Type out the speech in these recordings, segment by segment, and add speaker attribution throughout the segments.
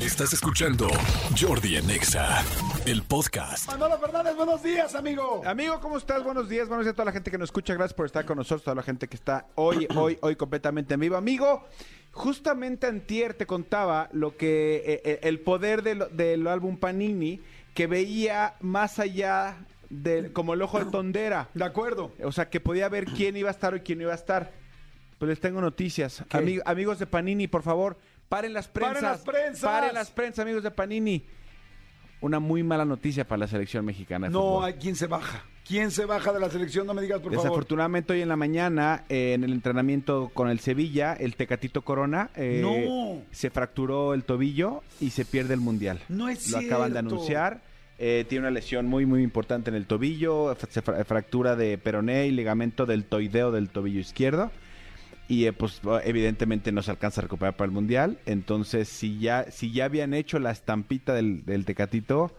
Speaker 1: Estás escuchando Jordi en Exa, el podcast.
Speaker 2: Manolo Fernández, buenos días, amigo.
Speaker 3: Amigo, ¿cómo estás? Buenos días, buenos días a toda la gente que nos escucha. Gracias por estar con nosotros, toda la gente que está hoy, hoy, hoy completamente en vivo. Amigo, justamente antier te contaba lo que eh, eh, el poder del, del álbum Panini que veía más allá del como el ojo de tondera.
Speaker 2: De acuerdo.
Speaker 3: O sea, que podía ver quién iba a estar o quién no iba a estar. Pues les tengo noticias.
Speaker 2: ¿Qué?
Speaker 3: Ami- amigos de Panini, por favor, paren las
Speaker 2: ¡Paren
Speaker 3: prensas.
Speaker 2: las prensas!
Speaker 3: Paren las prensas, amigos de Panini. Una muy mala noticia para la selección mexicana. de
Speaker 2: No
Speaker 3: fútbol.
Speaker 2: hay quien se baja. ¿Quién se baja de la selección? No me digas, por favor.
Speaker 3: Desafortunadamente hoy en la mañana, eh, en el entrenamiento con el Sevilla, el Tecatito Corona eh,
Speaker 2: No.
Speaker 3: se fracturó el tobillo y se pierde el Mundial.
Speaker 2: No es
Speaker 3: Lo acaban de
Speaker 2: cierto.
Speaker 3: anunciar. eh, tiene una lesión muy, muy importante en el tobillo, fra- se fra- fractura de peroné y ligamento del toideo del tobillo izquierdo. Y eh, pues evidentemente no se alcanza a recuperar para el Mundial. Entonces, si ya, si ya habían hecho la estampita del, del Tecatito,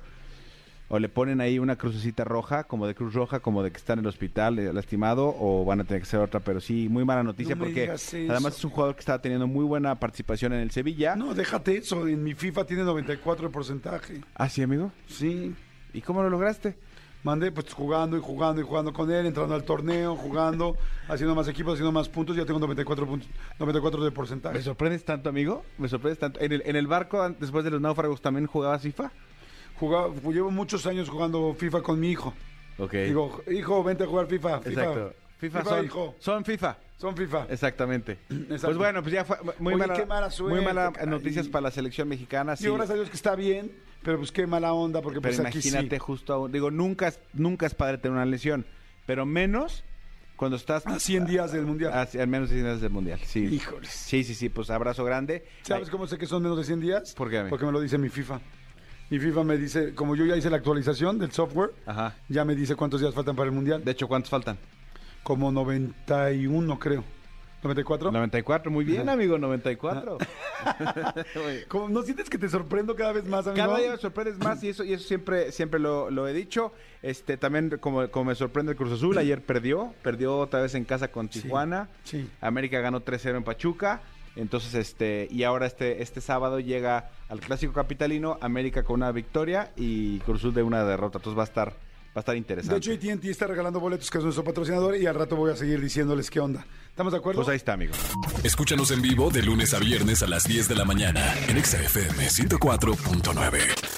Speaker 3: o le ponen ahí una crucecita roja, como de cruz roja, como de que está en el hospital eh, lastimado, o van a tener que hacer otra. Pero sí, muy mala noticia
Speaker 2: No me
Speaker 3: porque
Speaker 2: digas eso.
Speaker 3: además es un jugador que estaba teniendo muy buena participación en el Sevilla.
Speaker 2: No, déjate eso. En mi FIFA tiene 94 de porcentaje.
Speaker 3: Ah, sí, amigo.
Speaker 2: Sí.
Speaker 3: ¿Y cómo lo lograste?
Speaker 2: Mandé pues jugando y jugando y jugando con él, entrando al torneo, jugando, haciendo más equipos, haciendo más puntos. Ya tengo 94, puntos, 94 de porcentaje.
Speaker 3: Me sorprendes tanto, amigo. Me sorprendes tanto. En el, en el barco, an- después de los náufragos, también jugabas FIFA.
Speaker 2: Jugaba- llevo muchos años jugando FIFA con mi hijo.
Speaker 3: Ok.
Speaker 2: Digo, hijo, vente a jugar FIFA. FIFA.
Speaker 3: Exacto. FIFA, son,
Speaker 2: hijo.
Speaker 3: son FIFA.
Speaker 2: Son FIFA.
Speaker 3: Exactamente.
Speaker 2: Exacto.
Speaker 3: Pues bueno, pues ya fue muy
Speaker 2: Oye,
Speaker 3: mala,
Speaker 2: qué mala suerte,
Speaker 3: muy mala
Speaker 2: caray.
Speaker 3: noticias para la selección mexicana. sí.
Speaker 2: Digo, gracias a Dios que está bien, pero pues qué mala onda, porque
Speaker 3: Pero
Speaker 2: pues aquí sí.
Speaker 3: imagínate justo a un- digo, nunca es, nunca es padre tener una lesión, pero menos cuando estás
Speaker 2: A 100 días del Mundial.
Speaker 3: a- al menos 100 días del mundial. Sí.
Speaker 2: Híjoles.
Speaker 3: Ah, Sí, sí, sí, pues abrazo grande.
Speaker 2: ¿Sabes
Speaker 3: Ay,
Speaker 2: cómo sé que son menos de 100 días?
Speaker 3: ¿Por qué, amigo?
Speaker 2: Porque me lo dice mi FIFA. Mi FIFA me dice, como yo ya hice la actualización del software,
Speaker 3: Ajá.
Speaker 2: ya me dice cuántos días faltan para el Mundial.
Speaker 3: Ah. De hecho, ¿cuántos faltan?
Speaker 2: Como 91, creo. ¿94?
Speaker 3: 94, muy bien, amigo,
Speaker 2: Ah.
Speaker 3: 94.
Speaker 2: Como- ¿No sientes que te sorprendo cada vez más, amigo?
Speaker 3: Cada día me sorprendes más y eso, y eso siempre, siempre lo, lo he dicho. Este, también como, como me sorprende el Cruz Azul, ayer perdió, perdió otra vez en casa con Tijuana.
Speaker 2: sí.
Speaker 3: América ganó 3-0 en Pachuca. Entonces, este, y ahora este, este sábado llega al clásico capitalino, América con una victoria y Cruz Azul de una derrota. Entonces va a estar, va a estar
Speaker 2: De
Speaker 3: interesante.
Speaker 2: hecho, AT&T está regalando boletos, que es nuestro patrocinador, y al rato voy a seguir diciéndoles qué onda. ¿Estamos de acuerdo?
Speaker 3: pues ahí está, amigo.
Speaker 1: Escúchanos en vivo de lunes a viernes a las 10 de la mañana en Exa FM 104.9.